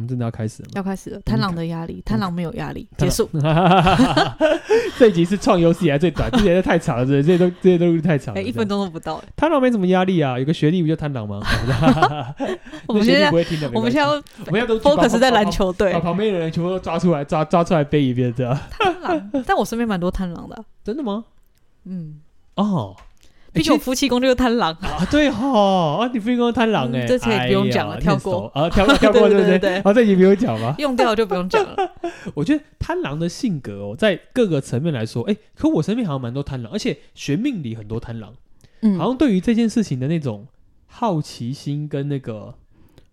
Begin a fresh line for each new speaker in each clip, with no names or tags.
们真的要开始了吗？
要开始了。贪狼的压
嗯
力，贪狼没有压力，结束。
这一集是创有史以来最短，之前都太长了，这这些都这些都录得太长
哎，
了。
一分钟都不 到。哎
贪狼没什么压力啊，有个学历不就贪狼吗？
我们
那学
现
历
在
不，会听的，没
我
关
们
系
现在
我们要都
focus 在篮，球队
把。旁边的人全部都抓出来，抓抓出来背一遍，这样。
贪狼，但我身边蛮多贪狼的。啊
真的吗？
嗯，
哦，哎
毕竟我
其实
夫妻宫就是贪狼。
啊，对哦，啊，你不用贪狼哎，
嗯这次也不用讲了
哎呀
跳过
啊，跳 过跳过，对
对对
不
对
对？
对
啊，这集不用讲吗？
用掉就不用讲 了。
我觉得贪狼的性格哦，在各个层面来说，哎，可我身边好像蛮多贪狼，而且学命理很多贪狼，
嗯，
好像对于这件事情的那种好奇心跟那个，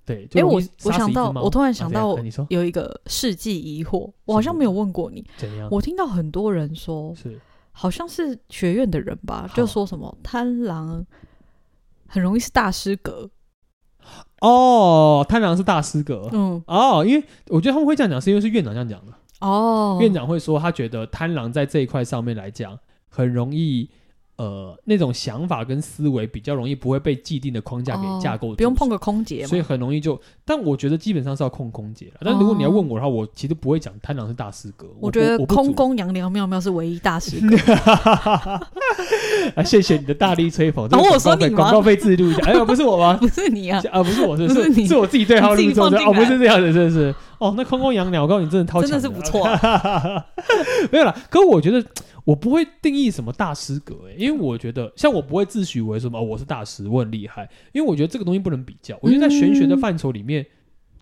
对，就
哎
容易
我我
杀死
想
一只
到
猫
我突然
啊
想
怎样
到
哎你说
有一个世纪疑惑，我好像没有问过你。
怎样？
我听到很多人说，
是
好像是学院的人吧，
好
就说什么贪狼很容易是大师格。
哦，贪狼是大师格。
嗯，
哦，因为我觉得他们会这样讲，是因为是院长这样讲的。
哦，
院长会说，他觉得贪狼在这一块上面来讲，很容易，呃，那种想法跟思维比较容易不会被既定的框架给
哦
架构住，
不用碰个空姐
所以
嘛。哦
很容易就。但我觉得基本上是要控空姐了。但如果你要问我的话，我其实不会讲贪狼是大师哥，
我
我
觉得
不
空。
我
宫杨梁妙妙是唯一 大师格。
不足啊，谢谢你的大力吹捧。这
哦
个
我说
广告费
你吗
广告费自录一下，哎呦，不是我吗？
不是你 啊，
啊，不是我，是
不是你
是我自己对号入座
你自己放
的，
进
哦，不
来
是这样子，真的是哦。那空空养鸟，我告诉你，真的超
真
强
的
的，
是不错啊。
没有啦，可我觉得我不会定义什么大师格、欸，因为我觉得像我不会自诩为什么、哦我是大师，我很厉害，因为我觉得这个东西不能比较。我觉得在玄学的范畴里面，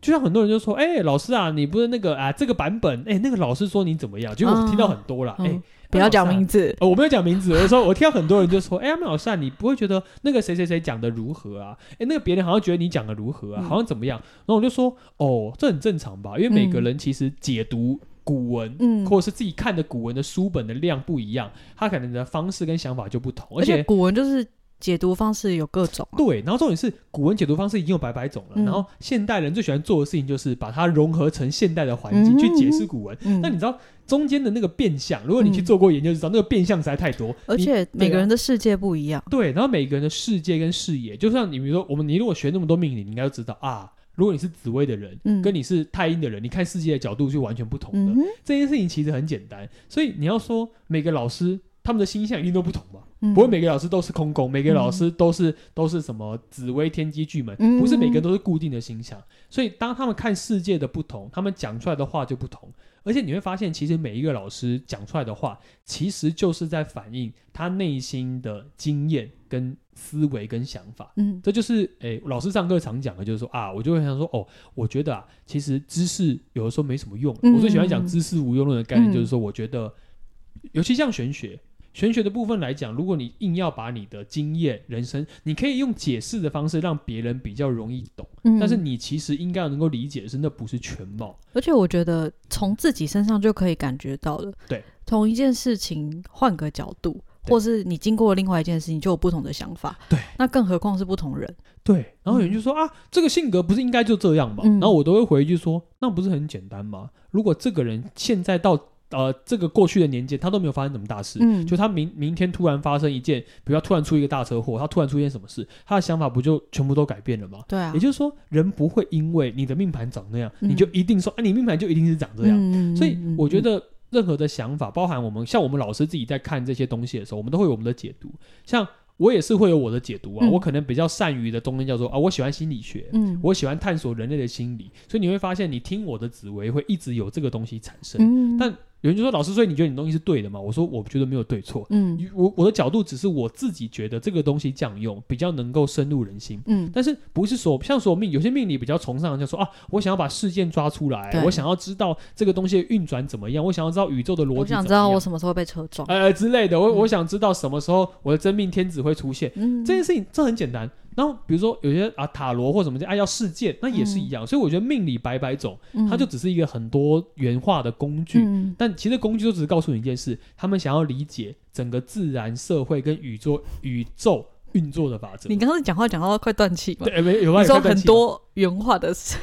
就像很多人就说，哎、老师啊，你不是那个啊这个版本，哎、那个老师说你怎么样？结果我听到很多啦，哎、
嗯不要讲
名。
名字。
呃，我没有讲名字，我就说，我听到很多人就说，哎、阿妙老师啊，你不会觉得那个谁谁谁讲的如何啊？哎、那个别人好像觉得你讲的如何啊，
嗯
好像怎么样？然后我就说，哦，这很正常吧，因为每个
嗯
人其实解读古文，
嗯
或者是自己看的古文的书本的量不一样，他可能的方式跟想法就不同，而
而
且
且古文就是解读方式有各种、啊。
对，然后重点是古文解读方式已经有百百种了，
嗯
然后现代人最喜欢做的事情就是把它融合成现代的环境、去解释古文。
嗯
那你知道中间的那个变相，如果你去做过研究，就知道、那个变相实在太多，
而
你啊
且每个人的世界不一样。
对，然后每个人的世界跟视野，就像你比如说，我们你如果学那么多命理，你应该都知道啊。如果你是紫薇的人，
嗯
跟你是太阴的人，你看世界的角度是完全不同的。
嗯哼，
这件事情其实很简单，所以你要说每个老师他们的星象一定都不同嘛，
嗯
不会每个老师都是空宫，每个
嗯
老师都是、都是什么紫薇、天机、巨门，
嗯
不是每个都是固定的星象。所以当他们看世界的不同，他们讲出来的话就不同。而且你会发现，其实每一个老师讲出来的话，其实就是在反映他内心的经验、跟思维、跟想法。
嗯
这就是诶、老师上课常讲的，就是说啊，我就会想说，哦，我觉得啊，其实知识有的时候没什么用。
嗯
我最喜欢讲知识无用论的概念，
嗯
就是说，我觉得，尤其像玄学，玄学的部分来讲，如果你硬要把你的经验、人生，你可以用解释的方式让别人比较容易懂，
嗯
但是你其实应该要能够理解的是，那不是全貌。
而且我觉得从自己身上就可以感觉到了。
对，
同一件事情换个角度，
对
或是你经过另外一件事情，就有不同的想法。
对，
那更何况是不同人。
对，然后有人就说、啊，这个性格不是应该就这样吗？
嗯
然后我都会回一句说，那不是很简单吗？如果这个人现在到呃这个过去的年间，他都没有发生什么大事，
嗯
就他明明天突然发生一件，比如他突然出一个大车祸，他突然出现什么事，他的想法不就全部都改变了吗？
对啊，
也就是说，人不会因为你的命盘长那样，
嗯
你就一定说，哎、你命盘就一定是长这样。
嗯
所以我觉，
嗯嗯
得任何的想法，包含我们像我们老师自己在看这些东西的时候，我们都会有我们的解读。像我也是会有我的解读啊，
嗯
我可能比较善于的东西叫做啊，我喜欢心理学。
嗯，
我喜欢探索人类的心理，所以你会发现，你听我的紫薇会一直有这个东西产生。
嗯，
但有人就说：“老师，所以你觉得你东西是对的吗？”我说：“我觉得没有对错，
嗯
我我的角度只是我自己觉得这个东西这样用比较能够深入人心。”
嗯
但是不是所有像所有命，有些命理比较崇尚，就说啊，我想要把事件抓出来
对，
我想要知道这个东西的运转怎么样，我想要知道宇宙的逻辑
我
怎么样，
想知道我什么时候被车撞。
呃之类的，我、
嗯
我想知道什么时候我的真命天子会出现，
嗯，
这件事情这很简单。然后比如说有些啊塔罗或什么的，啊要事件，那也
嗯
是一样。所以我觉得命理百百种，它就只是一个很多元化的工具。
嗯
但其实工具都只是告诉你一件事，他们想要理解整个自然、社会跟宇宙宇宙运作的法则。
你刚刚讲话讲到快断气嘛
对，，哎没有吧？
你
有
说
快断
很
气了
多原话的事，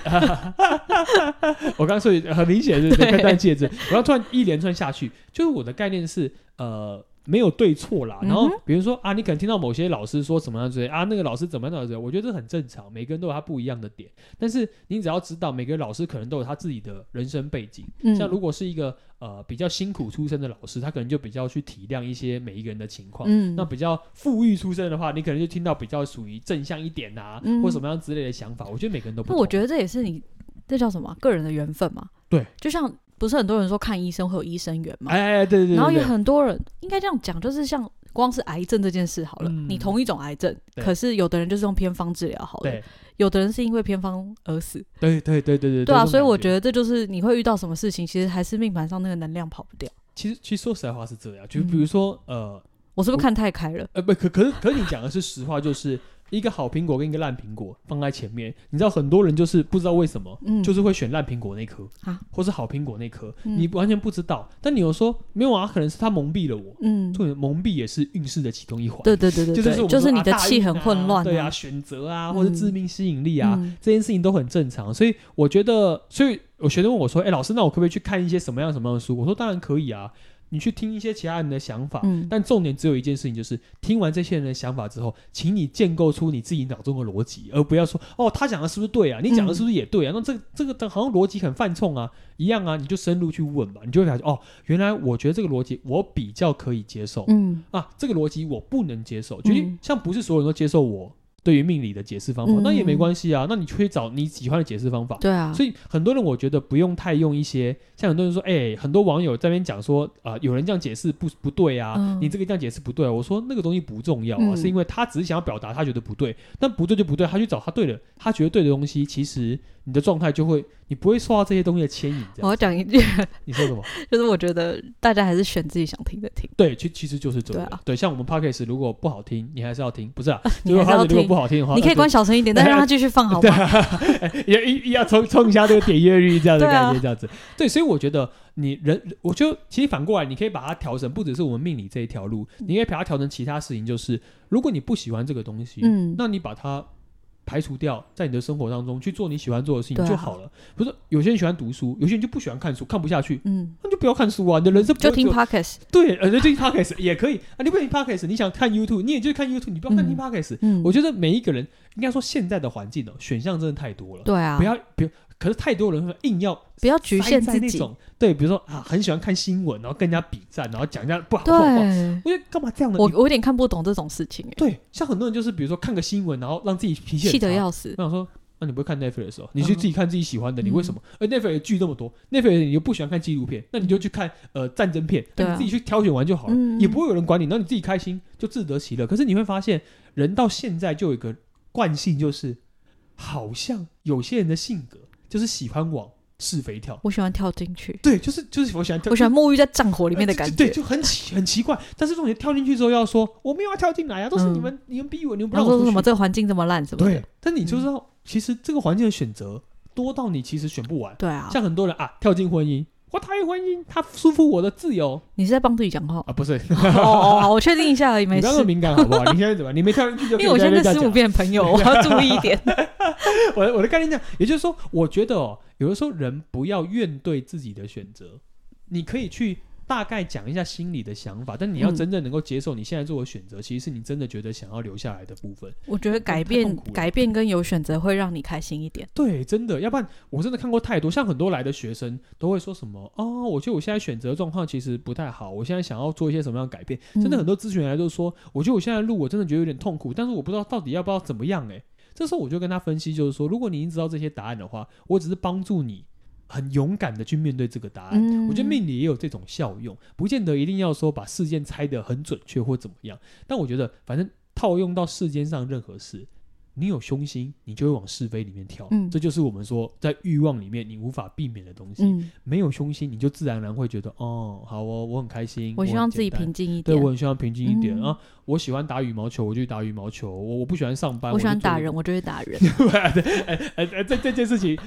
我刚刚说很明显是不是
对
看断戒指，然后突然一连串下去，就是我的概念是，呃，没有对错啦。
嗯哼
然后比如说啊，你可能听到某些老师说什么样子啊，那个老师怎么样怎么样，我觉得这很正常，每个人都有他不一样的点。但是你只要知道，每个老师可能都有他自己的人生背景。
嗯
像如果是一个呃比较辛苦出身的老师，他可能就比较去体谅一些每一个人的情况。
嗯，
那比较富裕出身的话，你可能就听到比较属于正向一点啊，
嗯
或什么样之类的想法。我觉得每个人都不
那
同。
我觉得这也是你这叫什么啊个人的缘分嘛。
对，
就像不是很多人说看医生会有医生缘嘛，
哎哎哎，对对对，
然后
对
也
对
很多人应该这样讲，就是像光是癌症这件事好了，
嗯
你同一种癌症，
对
可是有的人就是用偏方治疗好了
对，
有的人是因为偏方而死，
对对对对对
对啊，所以我觉
得
得这就是你会遇到什么事情，其实还是命盘上那个能量跑不掉。
其实其实说实在话是这样，
嗯
就比如说、呃
我是
我
不是看太开了？
呃不可可是可是你讲的是实话，就是一个好苹果跟一个烂苹果放在前面，你知道很多人就是不知道为什么。
嗯，
就是会选烂苹果那颗
啊，
或是好苹果那颗，
嗯
你完全不知道。但你又说没有啊，可能是他蒙蔽了我。
嗯，
重点蒙蔽也是运势的其中一环。
对对对对
就
对，
是我们
就是
说
你
啊
的
大
气
运
很混乱、
对啊，选择啊，或者
嗯
致命吸引力啊，
嗯
这件事情都很正常。所以我觉得，所以有学生问我说：“哎、老师，那我可不可以去看一些什么样什么样的书？”我说：“当然可以啊，你去听一些其他人的想法。
嗯
但重点只有一件事情，就是听完这些人的想法之后，请你建构出你自己脑中的逻辑，而不要说哦，他讲的是不是对啊？你讲
嗯
的是不是也对啊？那这这个好像逻辑很犯冲啊，一样啊，你就深入去问嘛，你就会发现哦，原来我觉得这个逻辑我比较可以接受，
嗯
啊，这个逻辑我不能接受。就是
嗯
像不是所有人都接受我对于命理的解释方法，
嗯
那也没关系啊。那你去找你喜欢的解释方法。
对啊，
所以很多人我觉得不用太用一些，像很多人说，哎、很多网友在那边讲说，啊、有人这样解释不不对啊，
嗯
你这个这样解释不对啊、我说那个东西不重要啊，
嗯
是因为他只是想要表达他觉得不对，但不对就不对，他去找他对的，他觉得对的东西，其实你的状态就会，你不会受到这些东西的牵引。这
我
样，
要讲一句，
你说什么？
就是我觉得大家还是选自己想听的听，
对，其其实就是这
对
样。
啊
对，像我们 podcast 如果不好听，你还是要听，不是啊？
你
如果
还是要
podcast 如果
听
不好啊听的话，
你可以关小声 一点，但
啊
是让他继续放好吗？
也也要冲冲一下这个点阅率这样的
对啊
感觉，这样子。对，所以我觉得你人，我就其实反过来，你可以把它调整，不只是我们命理这一条路，你可以把它调成其他事情。就是如果你不喜欢这个东西，
嗯
那你把它排除掉，在你的生活当中去做你喜欢做的事情
对啊
就好了。不是有些人喜欢读书，有些人就不喜欢看书，看不下去。
嗯，
那就不要看书啊！你的人生不
就
用只
听
有
podcast，
对，呃，就听 podcast 也可以啊。你不听 podcast，你想看 YouTube，你也就看 YouTube，你不要看听
嗯
podcast。
嗯，
我觉得每一个人，应该说现在的环境哦，选项真的太多了。
对啊，
不要不要，可是太多人会硬要
不要局
塞
限
在
自
那
己，
种对，比如说啊，很喜欢看新闻，然后跟人家比战，然后讲人家不好的话。
对，
我觉得干嘛这样的？
我
你
我有点看不懂这种事情，哎，
对，像很多人就是比如说看个新闻，然后让自己脾气
气
很
得
差。
要死
我，想说，那、你不会看 Netflix 哦？你去
嗯
自己看自己喜欢的，你为什么？而 Netflix 剧那么多，Netflix 你又不喜欢看纪录片，那你就去看呃战争片，那
对
你
啊
自己去挑选完就好了，
嗯
也不会有人管你，那你自己开心就自得其乐。可是你会发现，人到现在就有一个惯性，就是好像有些人的性格就是喜欢往是非跳，
我喜欢跳进去，
对，就是就是我喜欢跳
我喜欢沐浴在战火里面的感
呃对，
觉
就，很奇很奇怪。但是重点跳进去之后要说我没有要跳进来啊，都是你们、你们逼我，你们不
然
让
后
我
嗯说
出
什
去
么。这个环境这么烂什么的
对，，但你就知道，
嗯
其实这个环境的选择多到你其实选不完。
对啊，
像很多人啊，跳进婚姻，我讨厌婚姻，它束缚我的自由，
你是在帮自己讲话
啊，不是，
哦哦，好我确定一下而已，
你
没
不
事
要那，么敏感好不好？你现在怎么样？你没跳进去就可以
因为我现在
在
跟
这
师母
样
变朋友，我 要注意一点，
讲我的我的概念这样，也就是说，我觉得哦，有的时候人不要怨对自己的选择，你可以去。大概讲一下心里的想法，但你要
嗯
真正能够接受你现在做的选择，其实是你真的觉得想要留下来的部分。
我觉得改
太
变
痛苦了
改变跟有选择会让你开心一点，
对，真的，要不然我真的看过太多，像很多来的学生都会说什么哦，我觉得我现在选择状况其实不太好，我现在想要做一些什么样的改变。真的
嗯
很多咨询来都说，我觉得我现在的路我真的觉得有点痛苦，但是我不知道到底要不要怎么样、欸。这时候我就跟他分析，就是说，如果你已经知道这些答案的话，我只是帮助你很勇敢的去面对这个答案。
嗯
啊我觉得命理也有这种效用，不见得一定要说把事件猜得很准确或怎么样。但我觉得，反正套用到世间上任何事，你有凶心，你就会往是非里面跳。
嗯
这就是我们说在欲望里面你无法避免的东西。
嗯，
没有凶心，你就自然而然会觉得，哦，好哦，我很开心，
我希望
很
自己
简单
平静一
对
点，
我很喜欢平静一点、
嗯
啊！我喜欢打羽毛球，我就去打羽毛球。我啊我不喜欢上班，
我喜欢
就做
打人，。我 就会打人，
啊哎哎，这这件事情，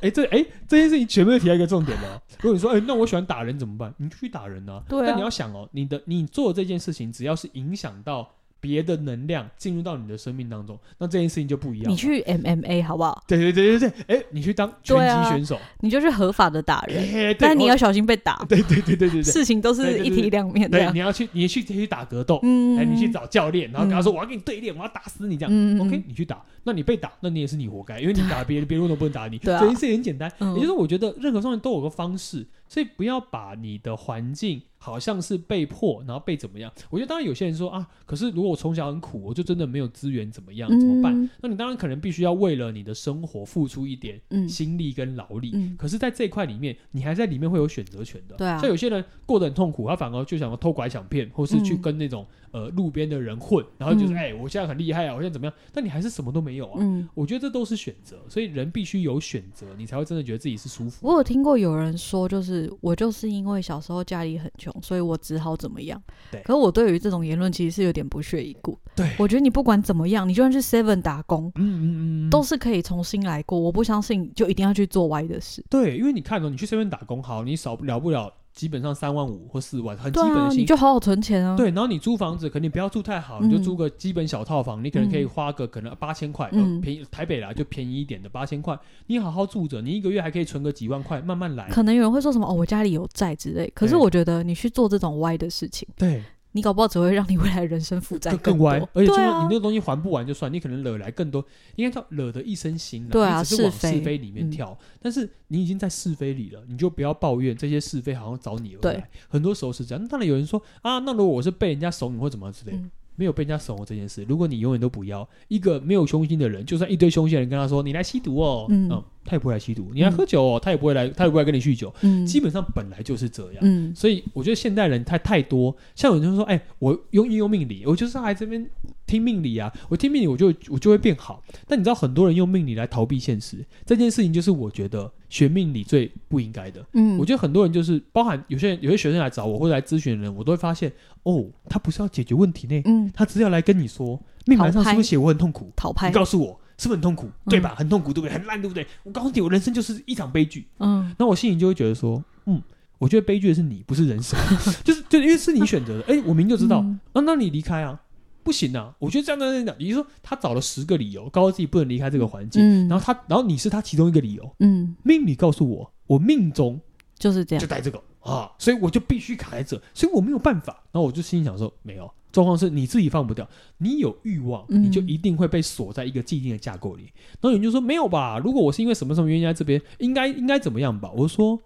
哎这哎这件事情前面提到一个重点哦。如果你说哎，那我喜欢打人怎么办？你就去打人啊。
对啊
但你要想哦，你的你做的这件事情，只要是影响到别的能量进入到你的生命当中，那这件事情就不一样
你
了。
去 MMA 好不好？
对对对对对，哎，你去当拳
对啊
击选手，
你就是合法的打人，
哎，对
但你
哦
要小心被打。
对对对对对对，
事情都
对
是
对
一
对
体两面的
对，。你要去你去去打格斗，
嗯，
哎，你去找教练，然后跟他
嗯
说我要跟你对练，我要打死你这样。
嗯啊
OK，你去打，那你被打，那你也是你活该，因为你打别人，别人都不能打你。
对啊
这件事情很简单，
嗯
也就是我觉得任何方面都有个方式，所以不要把你的环境好像是被迫，然后被怎么样。我觉得当然有些人说啊，可是如果我从小很苦，我就真的没有资源，怎么样，怎么办？
嗯
那你当然可能必须要为了你的生活付出一点
嗯
心力跟劳力。
嗯
可是，在这一块里面，你还在里面会有选择权的。
对啊
像有些人过得很痛苦，他反而就想要偷拐抢骗，或是去跟那种、呃路边的人混，然后就是
嗯
哎、我现在很厉害啊，我现在怎么样？但你还是什么都没有啊。
嗯，
我觉得这都是选择，所以人必须有选择，你才会真的觉得自己是舒服。
我有听过有人说，就是我就是因为小时候家里很穷，所以我只好怎么样。
对
可我对于这种言论其实是有点不屑一顾。
对，
我觉得你不管怎么样，你就算去 Seven 打工，
嗯嗯嗯，
都是可以重新来过。我不相信就一定要去做歪的事。
对，因为你看哦，你去随便打工，好，你少不了不了，基本上三万五或四万，很基
对
本
啊
的，薪
你就好好存钱啊。
对，然后你租房子，可能你不要住太好，你就
嗯
租个基本小套房，你可能可以
嗯
花个可能八千块，呃
嗯
便宜台北啦就便宜一点的八千块，你好好住着，你一个月还可以存个几万块，慢慢来。
可能有人会说什么哦，我家里有债之类。可是
对
我觉得你去做这种歪的事情，
对，
你搞不好只会让你未来人生负债
更更
多
歪，而且就是
对
你
啊
那，个东西还不完就算，你可能惹来更多，应该叫惹得一身腥啦
对啊
你只是往
是
是
非
非里面
嗯
跳，但是你已经在是非里了，你就不要抱怨这些是非好像找你而
对
来。很多时候是这样。那当然有人说啊，那如果我是被人家怂恿或怎么样之类的，
嗯
没有被人家怂恿这件事，如果你永远都不要一个没有凶心的人，就算一堆凶心的人跟他说你来吸毒哦，嗯
嗯
他也不会来吸毒；你来喝酒哦，他也不会来，他也不会来跟你酗酒。
嗯
基本上本来就是这样。
嗯，
所以我觉得现代人太太多，像有人就说，哎、我用运用命理，我就是来这边听命理啊，我听命理我就我就会变好。但你知道，很多人用命理来逃避现实，这件事情就是我觉得学命理最不应该的。
嗯，
我觉得很多人就是，包含有些人有些学生来找我或者来咨询的人，我都会发现，哦，他不是要解决问题呢，
嗯
他只是要来跟你说，命盘上是不是写我很痛苦？
讨
你
拍，
告诉我是不是很痛苦，
嗯
对吧？很痛苦，对不对？很烂，对不对？我告诉你，我人生就是一场悲剧。
嗯
那我心里就会觉得说，嗯，我觉得悲剧的是你，不是人生， 就是就因为是你选择的，哎、我明就知道，
嗯
啊，那你离开啊，不行啊，我觉得这样这样这样，也就是说他找了十个理由，告诉自己不能离开这个环境，
嗯，
然后他，然后你是他其中一个理由，
嗯
命里告诉我，我命中
就是这样
就，带这个啊，所以我就必须卡在这，所以我没有办法，然后我就心里想说，没有。状况是你自己放不掉，你有欲望，
嗯
你就一定会被锁在一个既定的架构里。然后有人就说没有吧，如果我是因为什么什么原因在这边，应该应该怎么样吧？我说，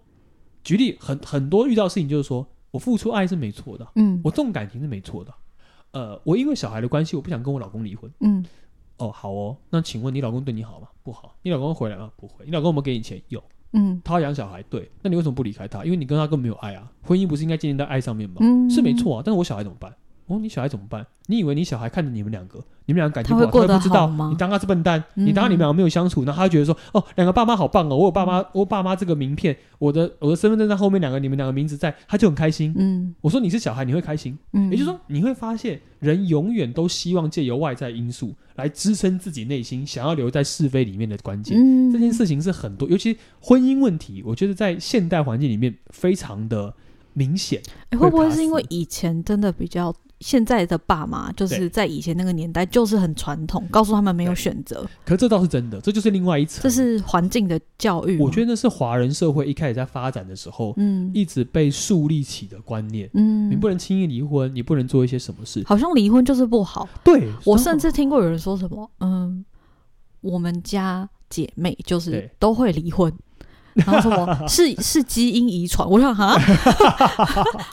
举例很很多遇到的事情就是说我付出爱是没错的，
嗯
我重感情是没错的。呃，我因为小孩的关系，我不想跟我老公离婚。
嗯
哦，好哦，那请问你老公对你好吗？不好。你老公回来吗？不回。你老公有没有给你钱？有。
嗯
他养小孩，对，那你为什么不离开他？因为你跟他根本没有爱啊。婚姻不是应该建立在爱上面吗？
嗯，
是没，错啊，但是我小孩怎么办？哦，你小孩怎么办？你以为你小孩看着你们两个，你们两个感情不
他会
好，
过
他
得
不知道
好吗
你当他是笨蛋，你当
嗯
你们两个没有相处，然后他就觉得说，哦，两个爸妈好棒哦，我有爸妈，我有爸妈这个名片，我的我的身份证在后面两个，你们两个名字在，他就很开心。
嗯
我说你是小孩，你会开心，
嗯，
也就是说你会发现，人永远都希望借由外在因素来支撑自己内心想要留在是非里面的关键。
嗯，
这件事情是很多，尤其婚姻问题，我觉得在现代环境里面非常的明显。
哎会不
会
会
爬
是因为
死
以前真的比较？现在的爸妈就是
对
在以前那个年代，就是很传统，告诉他们没有
对
选择，
可这倒是真的，这就是另外一层。
这是环境的教育吗。
我觉得那是华人社会一开始在发展的时候，
嗯
一直被树立起的观念。
嗯，
你不能轻易离婚，你不能做一些什么事。
好像离婚就是不好。
对，
我
然后
甚至听过有人说什么，嗯，我们家姐妹就是
对
都会 离婚，然后什么是是基因遗传，我想哈，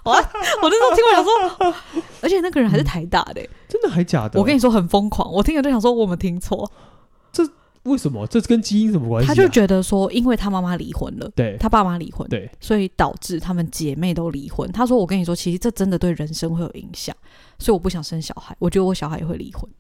我我那时候听我想说，而且那个人
嗯
还是台大的欸、
真的还假的？
我跟你说很疯狂，我听了就想说我们听错，
为什么？这跟基因什么关系啊、
他就觉得说，因为他妈妈离婚了。
对
他爸妈离婚，
对
所以导致他们姐妹都离婚。他说：“我跟你说，其实这真的对人生会有影响，所以我不想生小孩。我觉得我小孩也会 离婚。”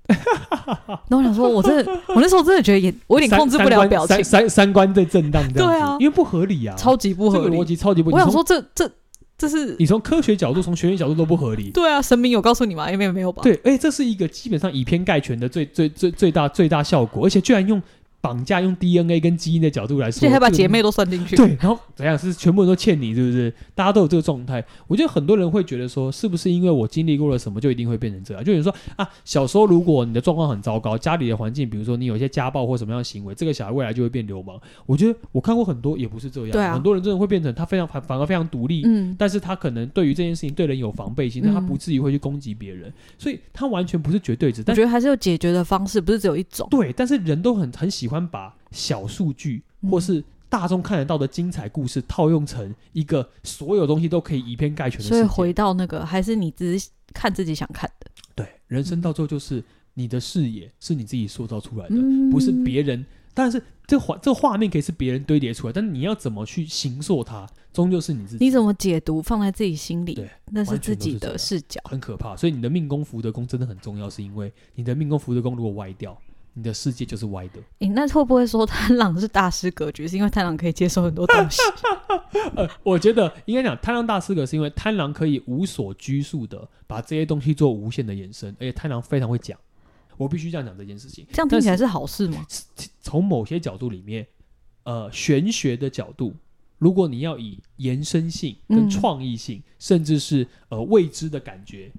然后我想说，我真的，我那时候真的觉得也，我有点
三
控制不了 表
三观，
情
三三三观在震荡这样子，
对啊
因为不合理啊，
超级不
这
合
个
理。
逻辑超级不合
我
理。
想
从
说这，这这是
你从科学角度，从学院角度都不合理。
对啊，神明有告诉你吗？因为没有吧？
对，哎，这是一个基本上以偏概全的最最最最大最大效果，而且居然用绑架用 DNA 跟基因的角度来说，
所以还把
这个
姐妹都算进去。
对，然后怎样是全部人都欠你，是不是？大家都有这个状态。我觉得很多人会觉得说，是不是因为我经历过了什么，就一定会变成这样？就有人说啊，小时候如果你的状况很糟糕，家里的环境，比如说你有一些家暴或什么样的行为，这个小孩未来就会变流氓。我觉得我看过很多也不是这样，
对啊
很多人真的会变成他非常反反而非常独立，
嗯，
但是他可能对于这件事情对人有防备心，但他
嗯
不至于会去攻击别人，所以他完全不是绝对值。
我
但
觉得还是有解决的方式，不是只有一种。
对，但是人都很很喜欢把小数据
嗯
或是大众看得到的精彩故事套用成一个所有东西都可以以偏概全的
所以
事
回
情。
到那个，还是你只是看自己想看的，
对，人生到最后就是你的视野是你自己塑造出来的，
嗯，
不是别人。但是这画这画面可以是别人堆叠出来，但你要怎么去形塑它，终究是你自己。
你怎么解读放在自己心里
对，
那是
完全
自
都
己
是这
的
样
视角。
很可怕。所以你的命宫、福德宫真的很重要，是因为你的命宫、福德宫如果歪掉，你的世界就是歪的。
诶，那会不会说贪狼是大师格局，是因为贪狼可以接受很多东西？
呃，我觉得应该讲贪狼大师格，是因为贪狼可以无所拘束的把这些东西做无限的延伸，而且贪狼非常会讲。我必须这样讲这件事情。
这样听
但
起来
是
是好事吗？
从某些角度里面，呃，玄学的角度，如果你要以延伸性、跟
嗯
创意性，甚至是呃未知的感觉，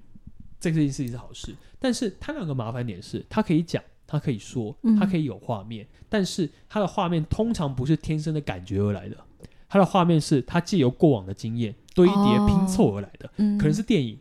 这件事情是好事。但是贪狼的麻烦点是，它可以讲，它可以说
嗯，
它可以有画面，但是它的画面通常不是天生的感觉而来的，它的画面是它借由过往的经验堆叠
哦
拼凑而来的，
嗯， 哦
可能是电影，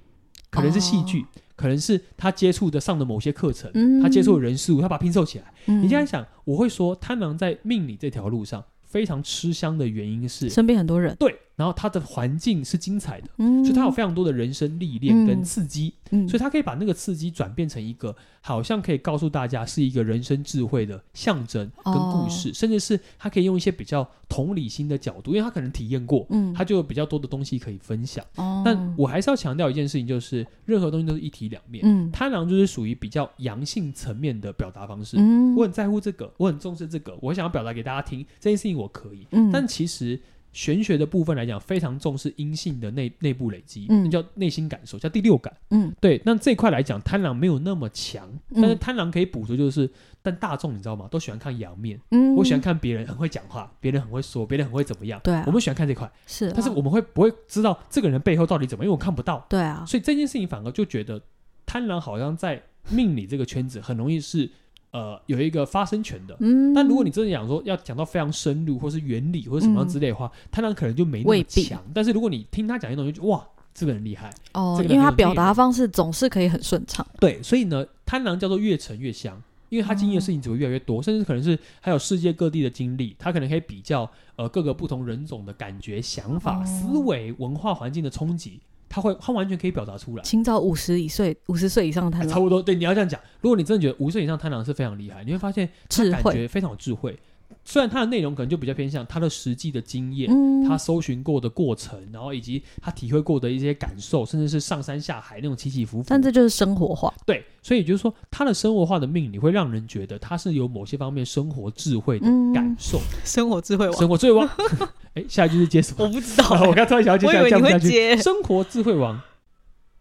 可能是戏剧。可能是他接触的上的某些课程，
嗯
他接触的人事物，他把它拼凑起来。
嗯
你这样想，我会说贪狼在命理这条路上非常吃香的原因是，
嗯身边很多人，
对，然后他的环境是精彩的，
嗯，
所以他有非常多的人生历练跟
嗯
刺激，
嗯，
所以他可以把那个刺激转变成一个好像可以告诉大家是一个人生智慧的象征跟故
哦
事，甚至是他可以用一些比较同理心的角度，因为他可能体验过，
嗯，
他就有比较多的东西可以分享。
哦，
但我还是要强调一件事情，就是任何东西都是一体两面。
嗯
贪狼就是属于比较阳性层面的表达方式，
嗯，
我很在乎这个，我很重视这个，我想要表达给大家听这件事情我可以。
嗯，
但其实玄学的部分来讲，非常重视阴性的内内部累积，
嗯
那叫内心感受，叫第六感。
嗯
对，那这一块来讲，贪狼没有那么强，
嗯
但是贪狼可以补足，就是但大众你知道吗？都喜欢看阳面，
嗯，
我喜欢看别人很会讲话，别人很会说，别人很会怎么样。
对啊
我们喜欢看这块，
是啊，
但是我们会不会知道这个人背后到底怎么样？因为我看不到。
对啊，
所以这件事情反而就觉得贪婪好像在命理这个圈子很容易是呃有一个发生权的。
嗯，
但如果你真的讲说要讲到非常深入，或是原理，或者什么样之类的话，贪婪可能就没那
嗯未
么
必
强。但是如果你听他讲一种，就觉得哇，这个人厉害。
哦
这，个
因为他
很有啊
表
力
达
量
方式总是可以很顺畅，
对，所以呢，贪婪叫做越沉越香，因为他经历的事情只会越来越
哦
多，甚至可能是还有世界各地的经历，他可能可以比较呃各个不同人种的感觉、想法、
哦
思维、文化环境的冲击，他会他完全可以表达出来。
清早五十以岁五十岁以上的贪
差
婪，
不多，对，你要这样讲。如果你真的觉得五岁以上贪狼是非常厉害，你会发现他
智
感
慧
觉非常有智慧。虽然他的内容可能就比较偏向他的实际的经验，
嗯，
他搜寻过的过程，然后以及他体会过的一些感受，甚至是上山下海那种起起伏伏。
但这就是生活化，
对，所以就是说，他的生活化的命理会让人觉得他是有某些方面生活智慧的
嗯
感受，
生活智慧
生活智慧 王。哎，下一句是接什么？
我不知道
我刚突然想要接
我以
下
为
来降
你
不
会
下去。
接
生活智慧王，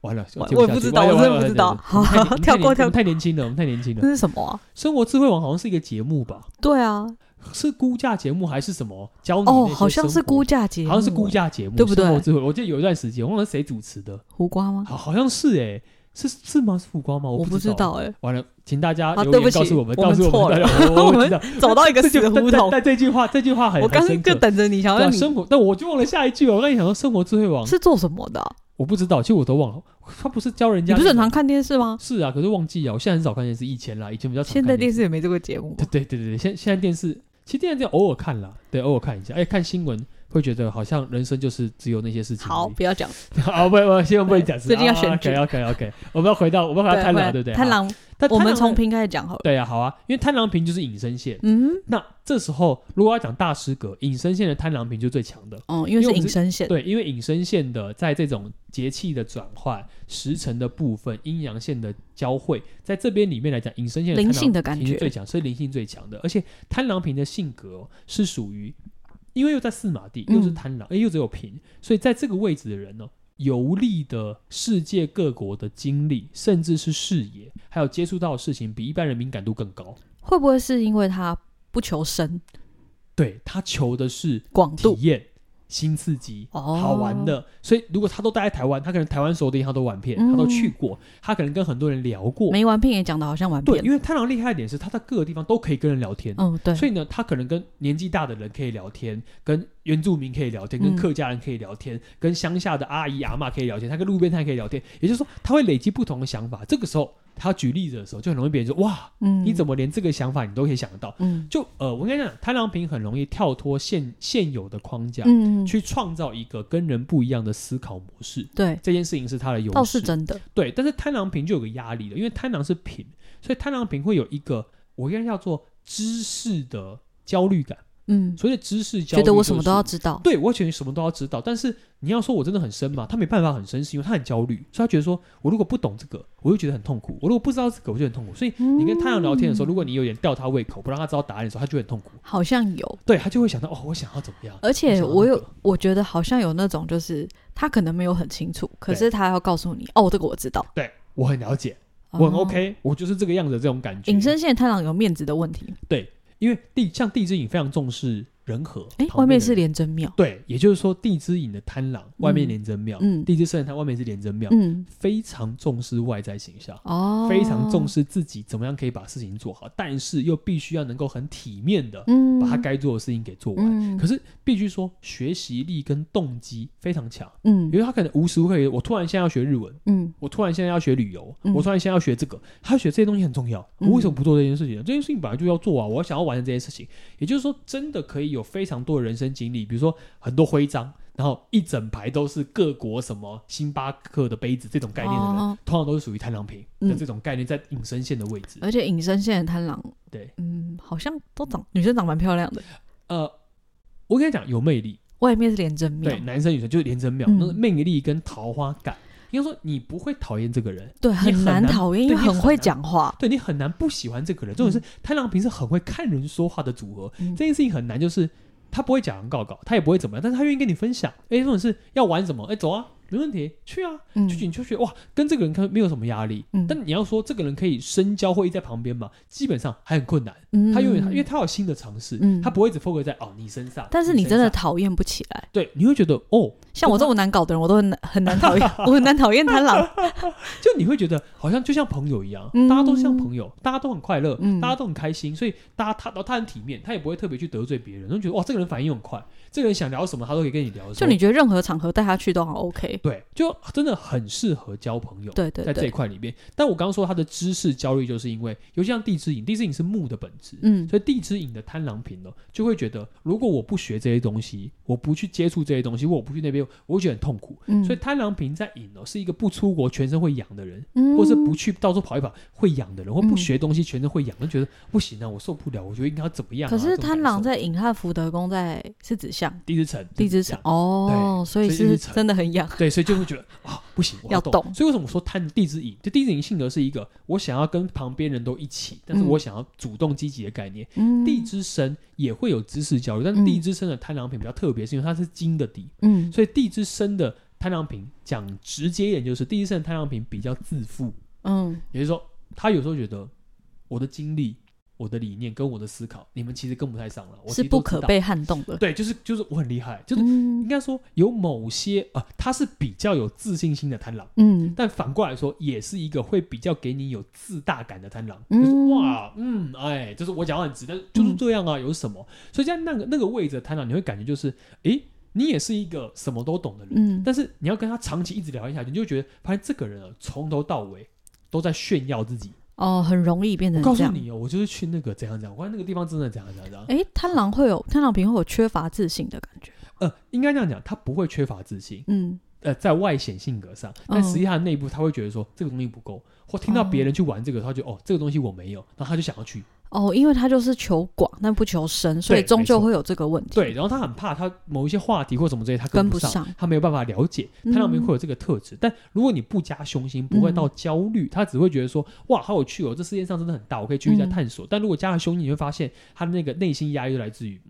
完了，
我
接
我
下
也不
去
知道
完了
我真的
完了
不知道
完了我们太年
好跳过
我们
跳过
太年轻了，我们太年轻了
那。是什么啊？
生活智慧王好像是一个节目吧？
对啊，
是估价节目还是什么？教你
哦，
那些
好像
生
是
活
估，价节目欸，
好像是估价节目，
对哦不对
生活智慧，我记得有一段时间，忘了谁主持的，
胡瓜吗？
好，好像是哎、是是吗？是浮光吗？
我
哦不
知道。 哎，
完了，请大家
好
留
对不
言
起
告诉我们，
我
告
们
诉
错
我们
了
大 家，我
我
我
们
知道。
走到一个
这
死
就
胡
但但
同。
但这句话，这句话很
我刚
很深刻
就等着你，想
对
要
啊
你
生活，但我就忘了下一句了。我刚才想到生活智慧王，
是做什么 的啊？
我不知道，其实我都忘了。他不是教人
你
家，
不是很常看电视吗？
是啊，可是忘记啊，我现在很少看电视，以前啦，以前比较常
现在
看
电
视。
视也没这个节目吧
对，对对对，现现在电视，其实电视就偶尔看啦，对，偶尔看一下。哎，看新闻会觉得好像人生就是只有那些事情而
好，
已。
不要讲。
好，不不，先不能讲是。
最近要选举
OK OK OK，我们要回到我们要回到贪狼，对不对？
贪
好，
狼，
但
我
贪
们
狼
从平开始讲好了。
对啊，好啊，因为贪狼瓶就是引申线。
嗯，
那这时候如果要讲大师格，引申线的贪狼瓶就是最强的。
哦，因为
因为
是
我们
隐
是
身线，
对，因为引申线的在这种节气的转换、时辰的部分、阴阳线的交汇，在这边里面来讲，引申线的
灵
贪狼
性的感
其实
觉
最强，是灵性最强的。而且贪狼瓶的性格、哦、是属于，因为又在四马地，又是
嗯
贪狼，哎、又只有瓶，所以在这个位置的人呢、哦，游历的世界各国的经历，甚至是视野，还有接触到的事情，比一般人敏感度更高。
会不会是因为他不求深
对他求的是
广
体
度。
验、新刺激、
哦
好玩的。所以如果他都待在台湾，他可能台湾所有的银行都玩遍，
嗯
他都去过，他可能跟很多人聊过。
没玩遍也讲的好像玩
对，
遍了。
因为太郎厉害的点是他在各个地方都可以跟人聊天。
嗯，对，
所以呢，他可能跟年纪大的人可以聊天，跟原住民可以聊天，跟
嗯
客家人可以聊天，跟乡下的阿姨阿嬷可以聊天，他跟路边摊可以聊天。也就是说，他会累积不同的想法。这个时候，他举例子的时候，就很容易别人说：“哇，
嗯，
你怎么连这个想法你都可以想得到？”
嗯
就呃，我跟你讲，贪狼平很容易跳脱现现有的框架，
嗯，
去创造一个跟人不一样的思考模式。
对，
这件事情是他的优势，
倒是真的。
对。但是贪狼平就有个压力了，因为贪狼是平，所以贪狼平会有一个我应该叫做知识的焦虑感。
嗯，
所谓的知识焦虑、
觉得我什么都要，知道。
对我觉得什么都要知道。但是你要说我真的很深嘛，他没办法很深，是因为他很焦虑，所以他觉得说我如果不懂这个，我就觉得很痛苦；我如果不知道这个，我就很痛苦。所以你跟太阳聊天
嗯
的时候，如果你有点吊他胃口，不让他知道答案的时候，他就会很痛苦。
好像有，
对他就会想到哦，我想要怎么样？
而且
想要
我
那
有
个，
我觉得好像有那种，就是他可能没有很清楚，可
对
是他要告诉你，哦，这个我知道，
对我很了解，我很
哦
OK，、我就是这个样子的这种感觉。
隐身线太郎有面子的问题，
因为地像地之影非常重视人和，
哎，
旁
外面
的
是
人
廉贞庙，
对，也就是说地之影的贪狼外面
嗯
廉贞庙，
嗯
地之圣人它外面是廉贞庙，
嗯，
非常重视外在形象。
哦，
非常重，视自己怎么样可以把事情做好，但是又必须要能够很体面的
嗯，
把他该做的事情给做完。
嗯，
可是必须说，学习力跟动机非常强，
嗯
因为他可能无时无刻也，我突然现在要学日文，
嗯
我突然现在要学旅游，
嗯
我突然现在要学这个，他学这些东西很重要。我
嗯
为什么不做这件事情呢？这件事情本来就要做啊，我想要完成这件事情。也就是说，真的可以有非常多的人生经历，比如说很多徽章，然后一整排都是各国什么星巴克的杯子这种概念的人，
哦
通常都是属于贪狼瓶
嗯
的这种概念在隐身线的位置。
而且隐身线的贪狼，
对，
嗯，好像都长女生长蛮漂亮的，
呃，我跟你讲，有魅力，
外面是廉贞庙
对，，男生女生就是连真妙，
嗯
那个魅力跟桃花感，应该说你不会讨厌这个人。
对，
很
很难
难
讨厌，因
对
为
你很
很会
难
讲话，
对你很难不喜欢这个人。重点是太郎平是很会看人说话的组合，
嗯
这件事情很难，就是他不会讲人告告，他也不会怎么样，但是他愿意跟你分享。哎，重点是要玩什么？哎，走啊，没问题，去啊，
嗯
去你就觉得哇，跟这个人看没有什么压力。
嗯
但你要说这个人可以深交或一直在旁边嘛，基本上还很困难。
嗯
他永远，因为他有新的尝试，
嗯
他不会只 focus 在哦你身上。
但是你
身
真的
上
讨厌不起来。
对，你会觉得哦，
像我这么难搞的人，我都很难很难讨厌，我很难讨厌贪狼。
就你会觉得好像就像朋友一样，
嗯
大家都像朋友，大家都很快乐，
嗯
大家都很开心，所以大家他他很体面，他也不会特别去得罪别人，就觉得哇，这个人反应很快，这个人想聊什么他都可以跟你聊的时
就
候。
你觉得任何场合带他去都很 OK。
对，就真的很适合交朋友，
对对
在这一
对，
块里面。但我刚刚说他的知识焦虑，就是因为尤其像地之影，地之影是木的本质，
嗯
所以地之影的贪狼瓶呢，就会觉得如果我不学这些东西，我不去接触这些东西，或我不去那边，我会觉得很痛苦。
嗯，
所以贪狼瓶在影呢，是一个不出国全身会痒的人，
以
或是不去到处跑一跑会痒的人，或不
嗯
学东西全身会痒，就觉得不行啊，我受不了，我觉得应该要怎么样啊、
可
这
是
种
贪
感
狼
受
在隐汉福德宫在是指向
地之城，
地
就
之
是
城
这样
哦，所以
所以地
是
之城
真的很痒。
对，所以就会觉得啊，不行，我
要
动。
动
所以为什么说贪地之影？就地之影性格是一个我想要跟旁边人都一起，但是
嗯
我想要主动积极的概念。
嗯
地之身也会有知识焦虑，但是
嗯
地之身的贪狼品比较特别，是因为它是金的底，
嗯
所以地之身的贪狼品讲直接一点就是地之身的贪狼品比较自负，
嗯
也就是说，他有时候觉得我的经历、我的理念跟我的思考，你们其实跟不太上了，我其
是
实都
不
知道
可。被撼动的。
对，就是就是我很厉害，就是应
嗯
该说有某些啊、他是比较有自信心的贪狼，
嗯
但反过来说，也是一个会比较给你有自大感的贪狼，
嗯
就是哇，嗯，哎，就是我讲话很直，但是就是这样啊，有什么？所以在那个那个位置的贪狼，你会感觉就是，诶，你也是一个什么都懂的人，
嗯，
但是你要跟他长期一直聊下去，你就觉得发现这个人啊，从头到尾都在炫耀自己。
哦，很容易变
我
成
告
这
诉
样。
你哦，我就是去那个怎样怎样，我看那个地方真的怎样怎样怎样。
哎，贪狼会有贪狼平会有缺乏自信的感觉。
呃，应该这样讲，他不会缺乏自信，
嗯
呃，在外显性格上，但实际上内部他会觉得说这个东西不够，或听到别人去玩这个，他就哦这个东西我没有，然后他就想要去。
哦，因为他就是求广但不求深，所以
对
终
没
究
错
会有这个问题。
对，然后他很怕他某一些话题或什么之类他
跟
不
不上
他没有办法了解，他那边
嗯
会有这个特质。但如果你不加凶心，不会到焦虑，他只会觉得说哇好有趣哦，这世界上真的很大，我可以继续在
嗯
探索。但如果加了凶心，你会发现他那个内心压力就来自于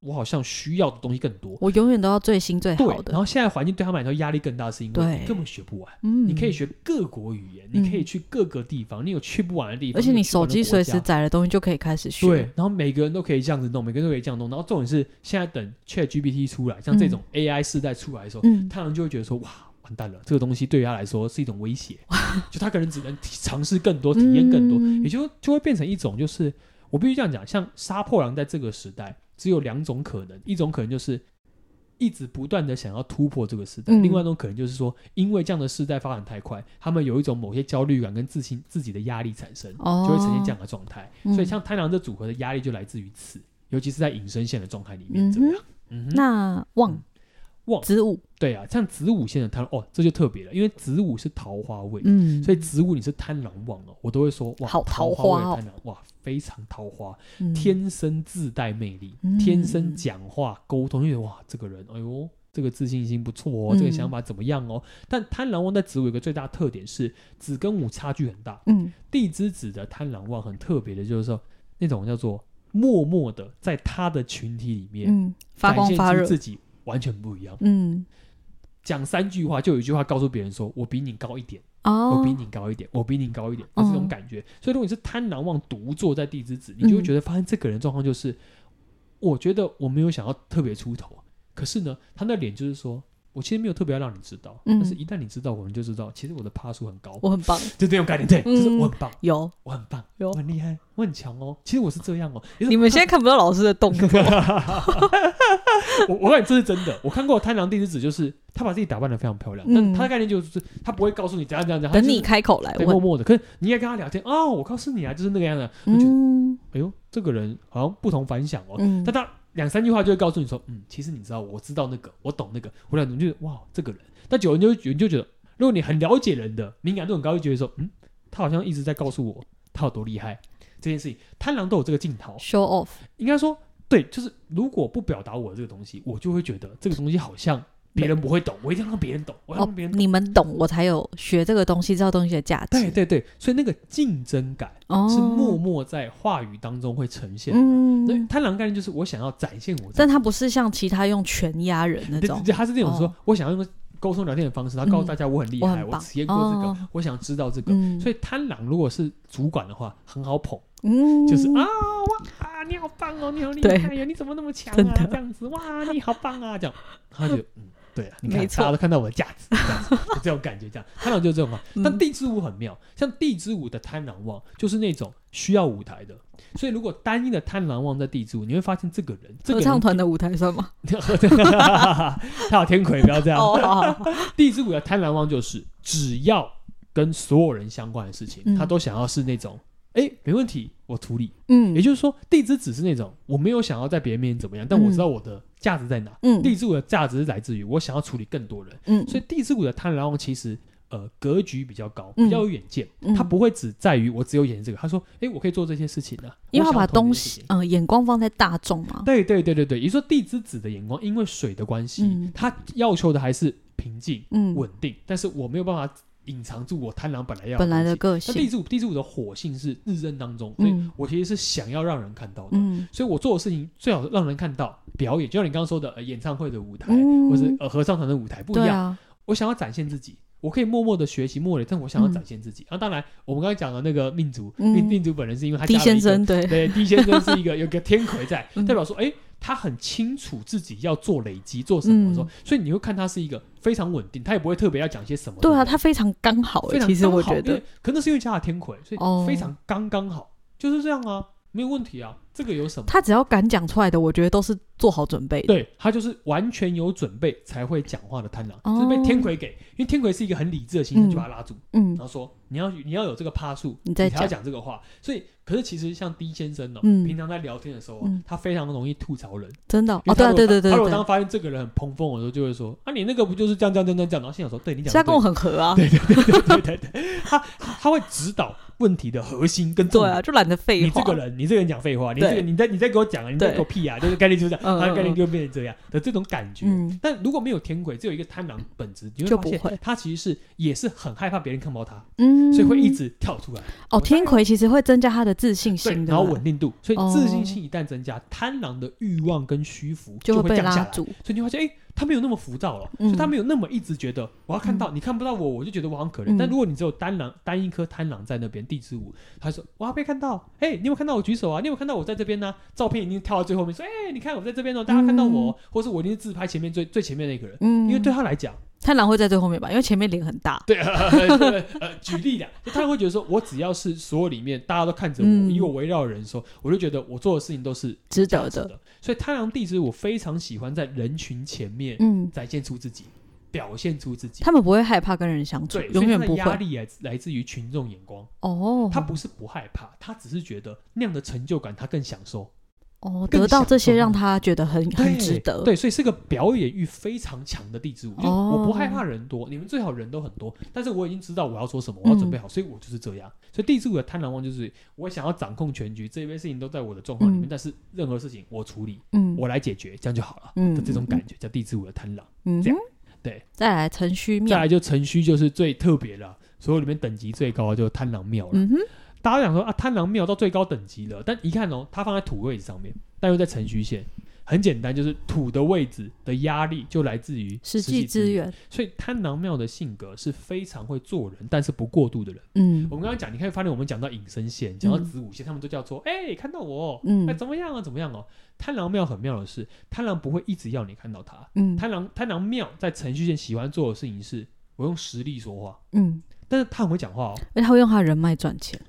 我好像需要的东西更多。
我永远都要最新最
对
好，
然
的。
后现在环境对他们来说压力更大，是因为
对
你根本学不完。
嗯，
你可以学各国语言，
嗯
你可以去各个地方，你有去不完的地方，
而且你
有去不
手
完的
机随
国
时
家
载的东西就可以开始学。
对，然后每个人都可以这样子弄，每个人都可以这样弄。然后重点是，现在等 Chat GPT 出来，像这种 AI 世代出来的时候，
嗯，
他人就会觉得说，哇，完蛋了，这个东西对于他来说是一种威胁，就他可能只能体尝试更多，体验更多，
嗯
也就就会变成一种，就是我必须这样讲，像杀破狼在这个时代只有两种可能，一种可能就是。一直不断的想要突破这个时代，
嗯
另外一种可能就是说，因为这样的时代发展太快，他们有一种某些焦虑感跟自信自己的压力产生，
哦
就会呈现这样的状态。
嗯
所以像贪狼这组合的压力就来自于此，尤其是在隐身线的状态里面
嗯
这样。
哼，
嗯哼，
那旺
旺
子午，
对啊，像子午线的贪哦，这就特别了，因为子午是桃花位，
嗯，
所以子午你是贪狼旺哦，我都会说哇，
好
桃
桃
花位
花
的
哦
贪狼哇，非常桃花，
嗯
天生自带魅力，
嗯
天生讲话沟通，因为哇，这个人哎呦。这个自信心不错哦，这个
嗯
想法怎么样哦？但贪狼旺在子午有一个最大特点是子跟午差距很大，
嗯
地之子的贪婪望很特别的，就是说那种叫做默默的在他的群体里面
嗯发光
展
发
现
热
出，自己完全不一样。
嗯
讲三句话，就有一句话告诉别人说：“我比你高一点，
哦
我比你高一点，我比你高一点。”这种
嗯
感觉。所以，如果你是贪婪望独坐在地之子，你就会
嗯
觉得发现这个人状况就是，我觉得我没有想要特别出头，可是呢，他那脸就是说。我其实没有特别要让你知道，
嗯
但是一旦你知道，我们就知道，其实我的趴数很高，
我很 棒，
就这种概念，对，就是
嗯
我很棒，
有
我很棒，
有
我很厉害，我很强哦。其实我是这样哦。也就是
你们现在看不到老师的动作，
我我感觉这是真的。我看过《贪狼地之子》，就是他把自己打扮的非常漂亮，但
嗯
他的概念就是他不会告诉你怎样怎样怎样，
等你
他
开口来
啊就是对默
问，
默的。可是你也跟他聊天哦，我告诉你啊，就是那个样子。我就觉得
嗯
哎呦，这个人好像不同凡响哦。
嗯
但他两三句话就会告诉你说，嗯，其实你知道，我知道那个，我懂那个。我两你就觉得哇，这个人。但久了你就你就觉得，如果你很了解人的敏感度很高，就觉得说，嗯，他好像一直在告诉我他有多厉害这件事情。贪狼都有这个镜头，
，show off，
应该说对，就是如果不表达我这个东西，我就会觉得这个东西好像别人不会懂，我一定要让别人懂，我要
哦
让别人，懂。
你们懂，我才有学这个东西，知道东西的价值，
对对对，所以那个竞争感
哦，
是默默在话语当中会呈现的。那
嗯，
贪婪概念就是我想要展现我自己，
但他不是像其他用拳压人那
对
种
对，对他是那种说
哦嗯
我想要用沟通聊天的方式，他告诉大家我很厉
我
害，
很
我
棒
体验过这
哦
个，我想知道这个。
嗯，
所以贪婪如果是主管的话，很好捧，
嗯
就是啊，哇啊，你好棒哦，你好厉
对
害呀，你怎么那么强
真
啊？
的
这样子哇，你好棒啊，这样，他就嗯，对啊，你看
没
大
错
家都看到我的价值，这样 子就这种感觉，这样贪狼就是这种嘛。
嗯
但地之舞很妙，像地之舞的贪狼望就是那种需要舞台的，所以如果单一的贪狼望在地之舞，你会发现这个人，这个
合唱
人，
团的舞台算吗？
他好天魁，不要这样。
哦，好好 好，
地之舞的贪婪望就是只要跟所有人相关的事情，
嗯
他都想要是那种，哎，没问题，我处理。也
嗯
就是说，地支只是那种我没有想要在别人面前怎么样，但我知道我的价值在哪。
嗯
地支股的价值是来自于我想要处理更多人，
嗯，
所以地支股的贪婪王其实呃格局比较高，
嗯
比较有远见，
嗯
他不会只在于我只有演这个，他说诶，我可以做这些事情啊，
因为
我
他
想
把
要同
东
这些事
西
情。
嗯、呃眼光放在大众嘛，
对对对对对，也就是说地支子的眼光，因为水的关系，
嗯
他要求的还是平静
嗯，
稳定，但是我没有办法隐藏住我贪婪本来要
本来
东
的
西
个
那地
性，
支地支股的火性是日正当中，所以
嗯
我其实是想要让人看到的。
嗯
所以我做的事情最好让人看到表演，就像你刚刚说的，呃，演唱会的舞台，
嗯
或是呃合唱团的舞台不一
对
样。
啊，
我想要展现自己，我可以默默的学习，默默的，但我想要展现自己。啊，当然，我们刚才讲的那个命主，
嗯
命命主本人是因为他
狄
加了一
先
个
生对，
对，狄先生是一个有个天魁在，
嗯
代表说，哎、他很清楚自己要做累积，做什么的时
嗯
候，所以你会看他是一个非常稳定，他也不会特别要讲些什么的
对
人。
啊，他非常刚好欸、
非常
其实
刚
我
好
觉
因为
得，
可能是因为加了天魁，所
哦
以非常刚刚好，就是这样啊，没有问题啊，这个有什么？
他只要敢讲出来的，我觉得都是做好准备的，
对他就是完全有准备才会讲话的贪狼，
哦
就是被天魁给，因为天魁是一个很理智的心情，
嗯
就把他拉住，
嗯
然后说你要你要有这个趴数，
你再
才要
讲
讲这个话。所以，可是其实像 D 先生哦，
嗯
平常在聊天的时候啊、
嗯
他非常容易吐槽人。
真的哦，
因为他
对啊，
如果
对对对
他如果
对
当
对，
发现这个人很碰风的时候，就会说啊，你那个不就是这样这样这样这样？然后心想说，对你
所
讲
以他
的
跟
对
我很合啊，
对对对对对对，他他会指导问题的核心跟重
对
点。
啊，就懒得废
你
话。
这个人，你这个人讲废话，你
对
这个你在你在给我讲啊，你在
对
给我屁啊，就是概念就是这样，
嗯
他的概念
嗯
就变成这样的这种感觉。
嗯，
但如果没有天轨，只有一个贪婪本质，你会
就
发
不会
现他其实是也是很害怕别人看不到他，
嗯，
所以会一直跳出来。
哦。天魁其实会增加他的自信
对
心，的，
然后稳定度，所以自
哦
信心一旦增加，贪婪的欲望跟虚浮
就
会
被
降下
拉
来。
住。
所以你会发现，哎、他没有那么浮躁了，
嗯
所以他没有那么一直觉得我要看到、你看不到我，我就觉得我很可怜。
嗯
但如果你只有单狼单一颗贪狼在那边，地之舞，他就说我要被看到，哎、你有没有看到我举手啊？你有没有看到我在这边呢、照片已经跳到最后面，说，哎、你看我在这边哦，大家看到我哦，或是我一定是自拍前面最最前面那个人，
嗯，
因为对他来讲，
贪婪会在最后面吧，因为前面脸很大。
对，呃，呃举例的，就他会觉得说，我只要是所有里面大家都看着我，
嗯
以我围绕的人的时候，我就觉得我做的事情都是
值得
价值
的
的。所以太阳地支，我非常喜欢在人群前面
嗯，
展现出自己，表现出自己。
他们不会害怕跟人相处，
对，
永远
所
不
以他的压
会。
力来自来自于群众眼光，
哦，
他不是不害怕，他只是觉得那样的成就感他更享受，
哦，
更
得到
享
这些
受
让他觉得很很
对
值得。
对，所以是个表演欲非常强的地支舞，就是
哦
我不害怕人多，你们最好人都很多，但是我已经知道我要说
嗯
什么，我要准备好，所以我就是这样。所以地支舞的贪婪望就是我想要掌控全局，这些事情都在我的状况里面，
嗯
但是任何事情我处理，
嗯
我来解决，这样就好了。
嗯
的这种感觉叫地支舞的贪婪。
嗯
这样
哼
对。
再来辰戌
再
庙，
来就辰戌就是最特别了，所有里面等级最高的就是贪狼庙了。
嗯哼，
大家想说啊，贪狼庙到最高等级了，但一看哦，它放在土位置上面，但又在辰戌线，很简单，就是土的位置的压力就来自于
实际资。源。
所以贪狼庙的性格是非常会做人，但是不过度的人。
嗯
我们刚刚讲，你可以发现我们讲到隐身线，讲到
嗯
子午线，他们都叫做哎、看到我哦，
嗯
哎、怎么样啊，怎么样哦。贪狼庙很妙的是，贪狼不会一直要你看到他，
嗯
贪狼贪狼庙在程序线喜欢做的事情是，我用实力说话，
嗯，
但是他很会讲话哦。
而且他会用他的人脉赚钱。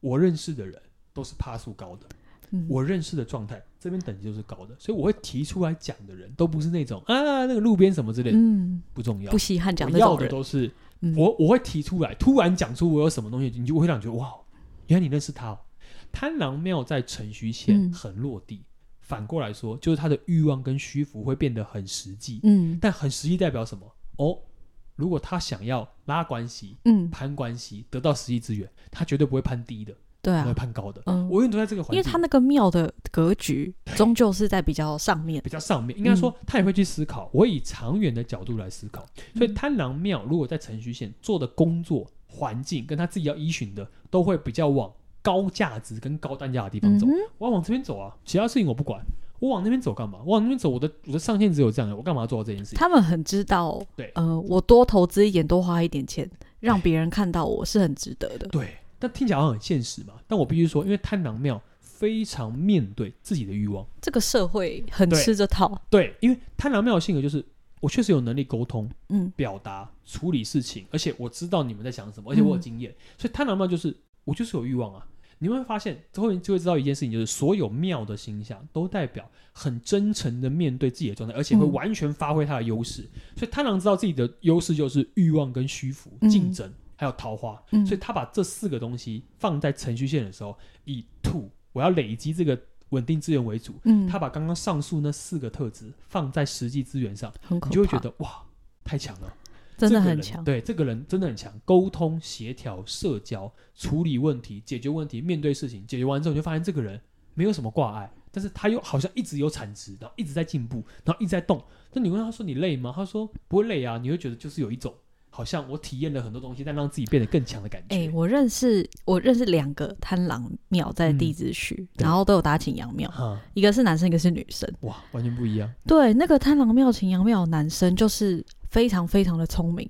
我认识的人都是趴数高的，
嗯
我认识的状态这边等级就是高的，所以我会提出来讲的人都不是那种啊那个路边什么之类的、
嗯，
不重要
不，稀罕讲
我
那
要
种
的
人。
都是、
嗯
我我会提出来，突然讲出我有什么东西，你就会让你觉得哇，原来你认识他、哦。贪狼庙在程序线
嗯
很落地，反过来说就是他的欲望跟虚浮会变得很实际，
嗯
但很实际代表什么？哦，如果他想要拉关系、
嗯，
攀关系，得到实际资源，他绝对不会攀低的，
对
他会
啊，
攀高的。
嗯，
我永远都在这个环
因
境，
为他那个庙的格局终究是在比较上面。
比较上面，应该
嗯
说他也会去思考。我以长远的角度来思考，所以贪狼庙如果在程序线做的工作环境跟他自己要依循的，都会比较往高价值跟高单价的地方
嗯
走。
哼，
我要往这边走啊，其他事情我不管。我往那边走干嘛？我往那边走，我的我的上限只有这样的，我干嘛要做到这件事情？
他们很知道，
对
呃，我多投资一点，多花一点钱，让别人看到我是很值得的。
对，但听起来好像很现实嘛。但我必须说，因为贪狼庙非常面对自己的欲望。
这个社会很
对
吃这套。
对，因为贪狼庙的性格就是，我确实有能力沟通、
嗯
表达、处理事情，而且我知道你们在想什么，而且我有
嗯
经验，所以贪狼庙就是我就是有欲望啊。你会发现，之后你就会知道一件事情，就是所有庙的形象都代表很真诚的面对自己的状态，而且会
嗯
完全发挥他的优势。所以贪狼知道自己的优势就是欲望跟虚浮、
嗯
竞争，还有桃花。
嗯
所以他把这四个东西放在程序线的时候，以 to 我要累积这个稳定资源为主，
嗯，
他把刚刚上述那四个特质放在实际资源上，
很可
你
怕，
就会觉得哇，太强了，
真的
这个
很
人
强。
对，这个人真的很强，沟通、协调、社交、处理问题、解决问题、面对事情，解决完之后你就发现这个人没有什么挂碍，但是他又好像一直有产值，然后一直在进步，然后一直在动。那你问他说你累吗？他说不会累啊，你会觉得就是有一种好像我体验了很多东西，但让自己变得更强的感觉。
哎、我认识我认识两个贪狼庙在地址区，
嗯对
然后都有打请羊庙，
哈、
一个是男生，一个是女生。
哇，完全不一样，
对，那个贪狼庙请羊庙的男生就是非常非常的聪明，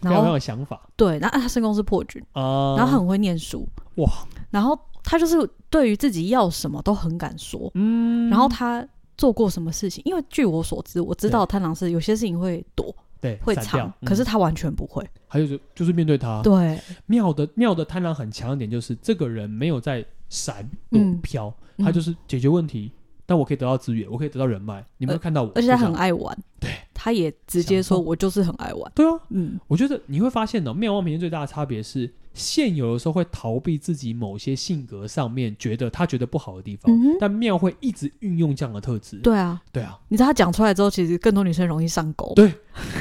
非
然
常有
后
想法
对，然后他身宫是破军，
啊，
然后很会念书，
哇，
然后他就是对于自己要什么都很敢说，
嗯，
然后他。做过什么事情？因为据我所知，我知道
对
贪狼是有些事情会躲、
对
会
散掉
藏，
嗯啊
可是他完全不会。
还有就就是面对他，
对，
妙的妙的贪婪很强的点就是这个人没有在闪躲
嗯
飘，
嗯
他就是解决问题，但我可以得到资源，我可以得到人脉，你们会看到我，
而且他
就这
很
样
爱玩，
对
他也直接
享
说：“
受
我就是很爱玩。
对啊，”
嗯，
我觉得你会发现呢、妙望明天最大的差别是，现有的时候会逃避自己某些性格上面觉得他觉得不好的地方，
嗯哼
但妙会一直运用这样的特质，
对啊，
对啊，
你知道他讲出来之后，其实更多女生容易上钩。
对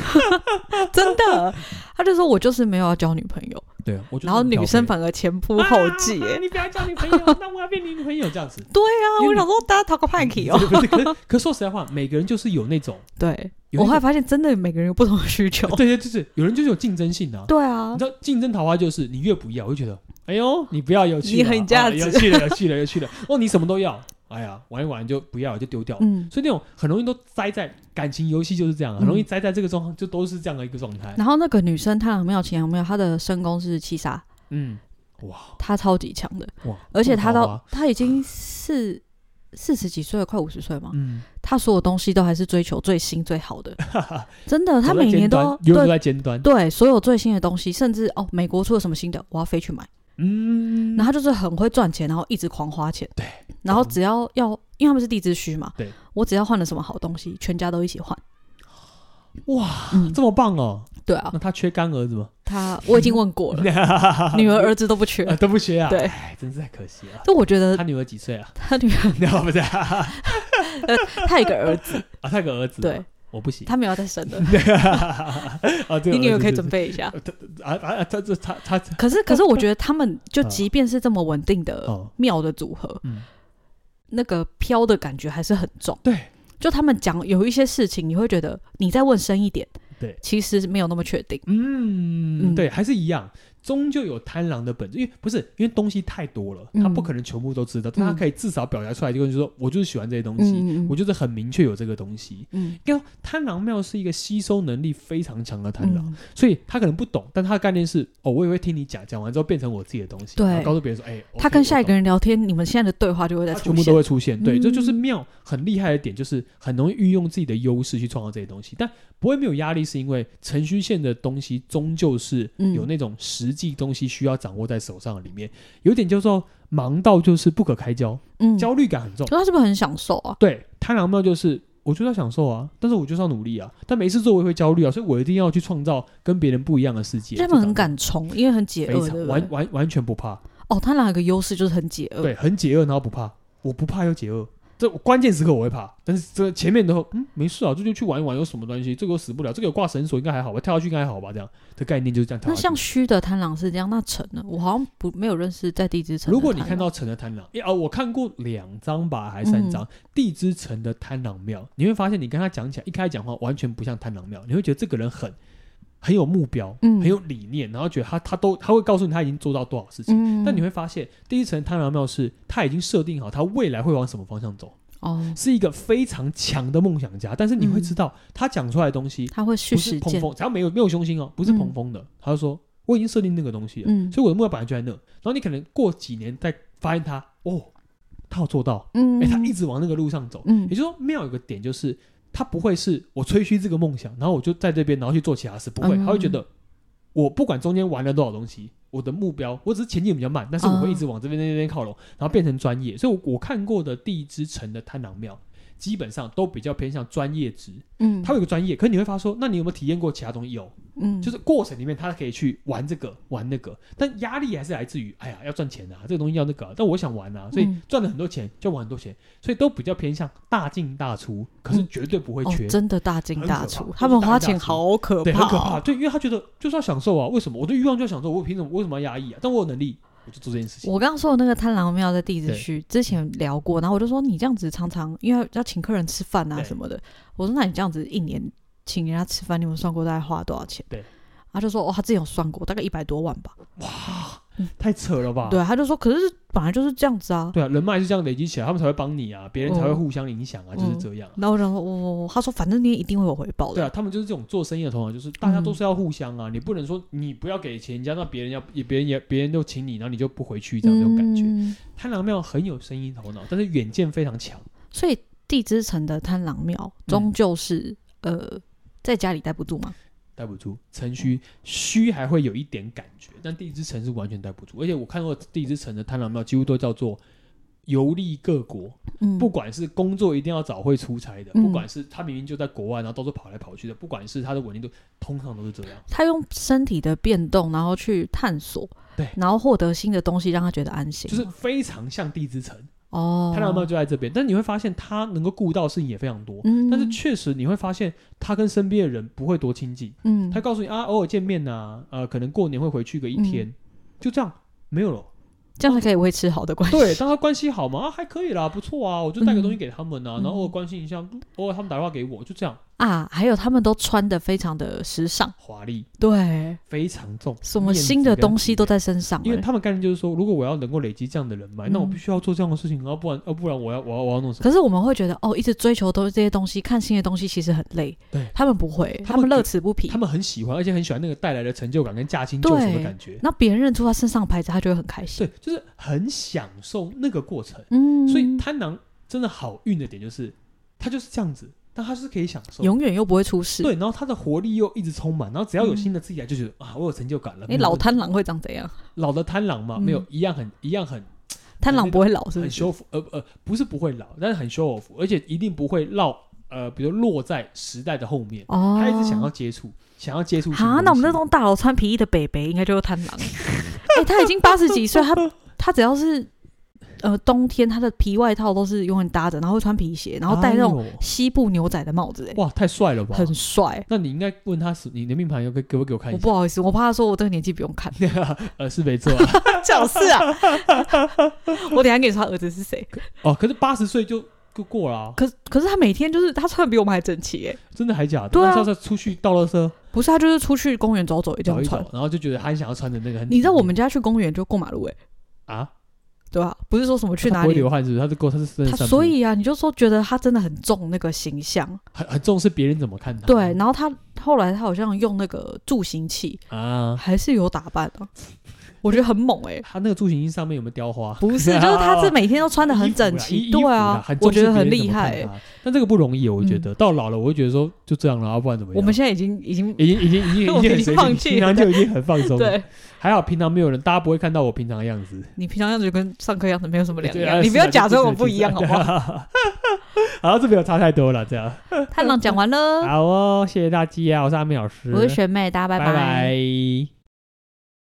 真的，他就说我就是没有要交女朋友，
对啊，我就是
然后
很
女
挑
生
配
反而前仆后继、
啊
欸。
你不要交女朋友，那我要变你女朋友这样子。
对啊，
因为
我
你嗯
想说大家讨个派气哦。
不是，可是可是说实在话，每个人就是有那种，
对，
有
我
那
后来
种
发现真的每个人有不同的 需求。
哦对对，就是有人就是有竞争性的啊、
对啊
你，知道竞争桃花就是你越不要，我就觉得，哎呦，你不要有趣了，
你很价值
啊有趣了，有趣了，有趣了。哦，你什么都要，哎呀，玩一玩就不要，就丢掉。
嗯。
所以那种很容易都栽在感情游戏就是这样，很容易栽在这个状况，就都是这样的一个状态。
然嗯后那个女生她很妙，情很妙，她的身宫是七杀，
嗯，哇
她超级强的，
哇，
而且她
这么桃啊
到
花，
她已经四四十几岁了，快五十岁嘛，
嗯，
她所有东西都还是追求最新最 好的，真的，她
走在
每
尖
年
端
都
永远都
对
在尖端，
对所有最新的东西，甚至哦美国出了什么新的，我要飞去买。
嗯，
然后她就是很会赚钱，然后一直狂花钱，
对，
然后
懂
只要要，因为他们是地之虚嘛，
对，
我只要换了什么好东西，全家都一起换，
哇，
嗯，
这么棒哦，
对啊
那，他缺干儿子吗？
她我已经问过了，女儿儿子都不缺，
啊，都不缺啊，
对
哎，真是太可惜了。
就我觉得
他女儿几岁啊？
她女儿
那不是啊，
她有一个儿子，
啊他有个儿子，
对，
我不行。
她没有再 生的，
啊，这个
你女
儿
儿
子
可以
就
准
是
备一下。
啊啊啊，他这他他他
可是可是我觉得 他们就
嗯
即便是这么稳定的
哦，
妙的组合，
嗯，
那个飘的感觉还是很重。
对，
就他们讲有一些事情，你会觉得你再问深一点，
对，
其实没有那么确定。
嗯，
嗯
对，还是一样，终究有贪婪的本质，因为不是因为东西太多了，他不
嗯
可能全部都知道，但他
嗯
可以至少表达出来，就是说我就是喜欢这些东西，
嗯嗯
我就是很明确有这个东西。
嗯
因为贪婪庙是一个吸收能力非常强的贪婪，
嗯
所以他可能不懂，但他的概念是哦，我也会听你讲，讲完之后变成我自己的东西，
对
然后告诉别人说，哎，
他
OK，
跟
我
下一
懂
个人聊天，你们现在的对话就会再
它
出
全部都
现。
会出现。对，这就是
嗯
妙很厉害的点，就是很容易运用自己的优势去创造这些东西，但不会没有压力，是因为程序线的东西终究是
嗯
有那种实际东西需要掌握在手上的里面，有点叫做忙到就是不可开交，
嗯，
焦虑感很重。
所以他是不是很享受啊？
对，贪婪妙就是。我就是要享受啊，但是我就是要努力啊，但每次做我也会焦虑啊，所以我一定要去创造跟别人不一样的世界。
他
这
们很
种
敢冲，因为很解
非
饿，对
常
不
完
对？
完完全不怕，
哦，他俩有个优势就是很解饿。
对，很解饿，然后不怕，我不怕又解饿。这我关键时刻我会怕，但是这前面都嗯没事啊，这就去玩一玩，有什么东西？这个我死不了，这个有挂绳索应该还好吧，跳下去应该还好吧？这样的概啊念就是这样跳
那
下
像
去。
虚的贪婪是这样，那成呢？我好像不没有认识在地之城。
如果你看，到城的贪婪，诶啊，我看过两张吧，还
嗯
三张、地之城的贪婪庙，你会发现你跟他讲起来，一开始讲话完全不像贪婪庙，你会觉得这个人很很有目标，
嗯
很有理念，然后觉得他他都他会告诉你他已经做到多少事情，
嗯，
但你会发现第一层贪婪庙是他已经设定好他未来会往什么方向走。
哦，
是一个非常强的梦想家，但是你会知道他讲出来的东西
他会嗯去
不是
实
蓬
践。
风，只要没有没有凶心哦，不是
嗯
蓬风的。他就说我已经设定那个东西了，
嗯
所以我的目标本来就在那。然后你可能过几年再发现他哦，他有做到，
嗯，
哎、他一直往那个路上走。
嗯
也就是说，妙有个点就是他不会是我吹嘘这个梦想，然后我就在这边然后去做其他事，不会，
嗯
他会觉得我不管中间玩了多少东西。我的目标，我只是前进比较慢，但是我会一直往这边、那边靠拢，然后变成专业。所以我，我看过的第一支城的贪狼庙，基本上都比较偏向专业值。
嗯，
它有一个专业，可是你会发说，那你有没有体验过其他东西？有，
嗯
就是过程里面他可以去玩这个玩那个，但压力还是来自于，哎呀，要赚钱啊，这个东西要那个啊、但我想玩啊，所以
嗯
赚了很多钱就玩很多钱，所以都比较偏向大进大出，可是
嗯
绝对不会
哦
缺，，
真的大进大
很可
出，
怕
他们花钱好可怕，哦
对，很可怕，。对，因为他觉得就是要享受啊，为什么我对欲望就要享受，我凭什么为什么要压抑啊？但我有能力，我就做这件事情，
我刚刚说的那个贪狼庙在地址区之前聊过，然后我就说你这样子常常因为要请客人吃饭啊
对
什么的，我说那你这样子一年请人家吃饭，你有没有算过大概花多少钱？
对，
他就说哦，他自己有算过，大概一百多万吧。
太扯了吧？
对，他啊就说可是本来就是这样子啊。
对啊，人脉是这样累积起来，他们才会帮你啊，别人才
哦
会互相影响啊，就是
嗯
这样啊、
然后我想说，我、哦、他说反正你也一定会有回报的。嗯
对啊，他们就是这种做生意的头脑，就是大家都是要互相啊，你不能说你不要给钱，人家那别人要，也别人也别人都请你，然后你就不回去这样那种感觉。
嗯
贪婪庙很有生意头脑，但是远见非常强。
所以地之城的贪狼庙终究是、
嗯
呃，在家里待不住嘛。
待不住，城虚虚还会有一点感觉，但地之城是完全待不住。而且我看过地之城的贪婪庙，几乎都叫做游历各国，
嗯，
不管是工作一定要找会出差的，
嗯
不管是他明明就在国外，然后到处跑来跑去的，不管是他的稳定度，通常都是这样。
他用身体的变动，然后去探索，
对
然后获得新的东西，让他觉得安心
就
嘛。
是非常像地之城，
哦，
他的阿妈就在这边，但你会发现他能够顾到的事情也非常多。
嗯，
但是确实你会发现，他跟身边的人不会多亲近。
嗯，
他告诉你啊，偶尔见面呐、呃，可能过年会回去个一天，
嗯
就这样，没有了。
这样才可以维持好的关系。
对，当他关系好嘛，啊，还可以啦，不错啊，我就带个东西
嗯
给他们啊，然
嗯
后偶尔关心一下，偶尔他们打电话给我，就这样，
啊，还有他们都穿的非常的时尚，
华丽
对，
非常重，
什么新的东西都在身上欸
因为
了。
他们概念就是说，如果我要能够累积这样的人脉，那我
嗯
必须要做这样的事情，啊要不然，要不然我要我要我要弄什么？
可是我们会觉得哦，一直追求都这些东西，看新的东西其实很累。
对
他们不会，
他们
他们乐此不疲
他。们很喜欢，而且很喜欢那个带来的成就感跟驾轻就熟的感觉。
那别人认出他身上的牌子，他就会很开心。
对，就是很享受那个过程。
嗯，
所以贪狼真的好运的点就是，他就是这样子，但他是可以享受。
永远又不会出事。
对，然后啊他的活力又一直充满，然后只要有新的自己来，就觉得、啊，我有成就感了。
哎，嗯老贪狼会长怎样？
老的贪狼嘛，
嗯
没有一样很一样很
贪狼不会老，是不
很
是？
修复，呃呃，不是不会老，但是很修复，而且一定不会落呃，比如落在时代的后面。
哦，
他一直想要接触，想要接触新东
啊，
西。
那我们那栋大楼穿皮衣的北北应该就是贪 狼。哎、他已经八十几岁，他他只要是呃冬天，他的皮外套都是永远搭着，然后会穿皮鞋，然后戴那种
哎呦
西部牛仔的帽子、哎、
哇，太帅了吧！
很帅。
那你应该问他是你的命盘要给给不给我看
我
一下？
不好意思，我怕他说我这个年纪不用看，
呃，是没错啊、
就是啊。我等一下跟你说他儿子是谁。
哦，可是八十岁就就过了、啊，
可是可是他每天就是他穿的比我们还整齐，哎，
真的还假的？
对啊
那上次出去倒垃圾，
不是他就是出去公园走走也这
找
样
一
穿
找。，然后就觉得他很想要穿的那个很。
你知道我们家去公园就过马路、哎，
啊？
对吧、不是说什么去
他
哪
不会
里
流汗是不是？他是够，他是真的
他
散步
所以啊，你就说觉得他真的很重那个形象，
很很重视别人怎么看他。
对。然后他后来他好像用那个助行器，
啊，
还是有打扮啊，我觉得很猛哎、
他那个助行衣上面有没有雕花？
不是，就是他是每天都穿的很整齐，
衣服啦衣衣服
对
啦
啊
很，重
我
视
觉得
别
很
人
厉
怎么
害、
看
欸。
他。但这个不容易，哦我觉得到老了，我会觉得说就这样了，啊不然怎么样？
我们现在已经已经
已经已经已经
我
已经
已
很
经
随
放
性，
弃
平
了
常就已经很放松。，
对
还好平常没有人，大家不会看到我平常的样子。
你平常样子就跟上课样子没有什么两
对啊
样，你不要假装我不一样好不 好？？
然后这没有差太多了，这样。
探浪讲完了，
好哦，谢谢大家，我是阿美老师，
我是学妹，大家拜
拜拜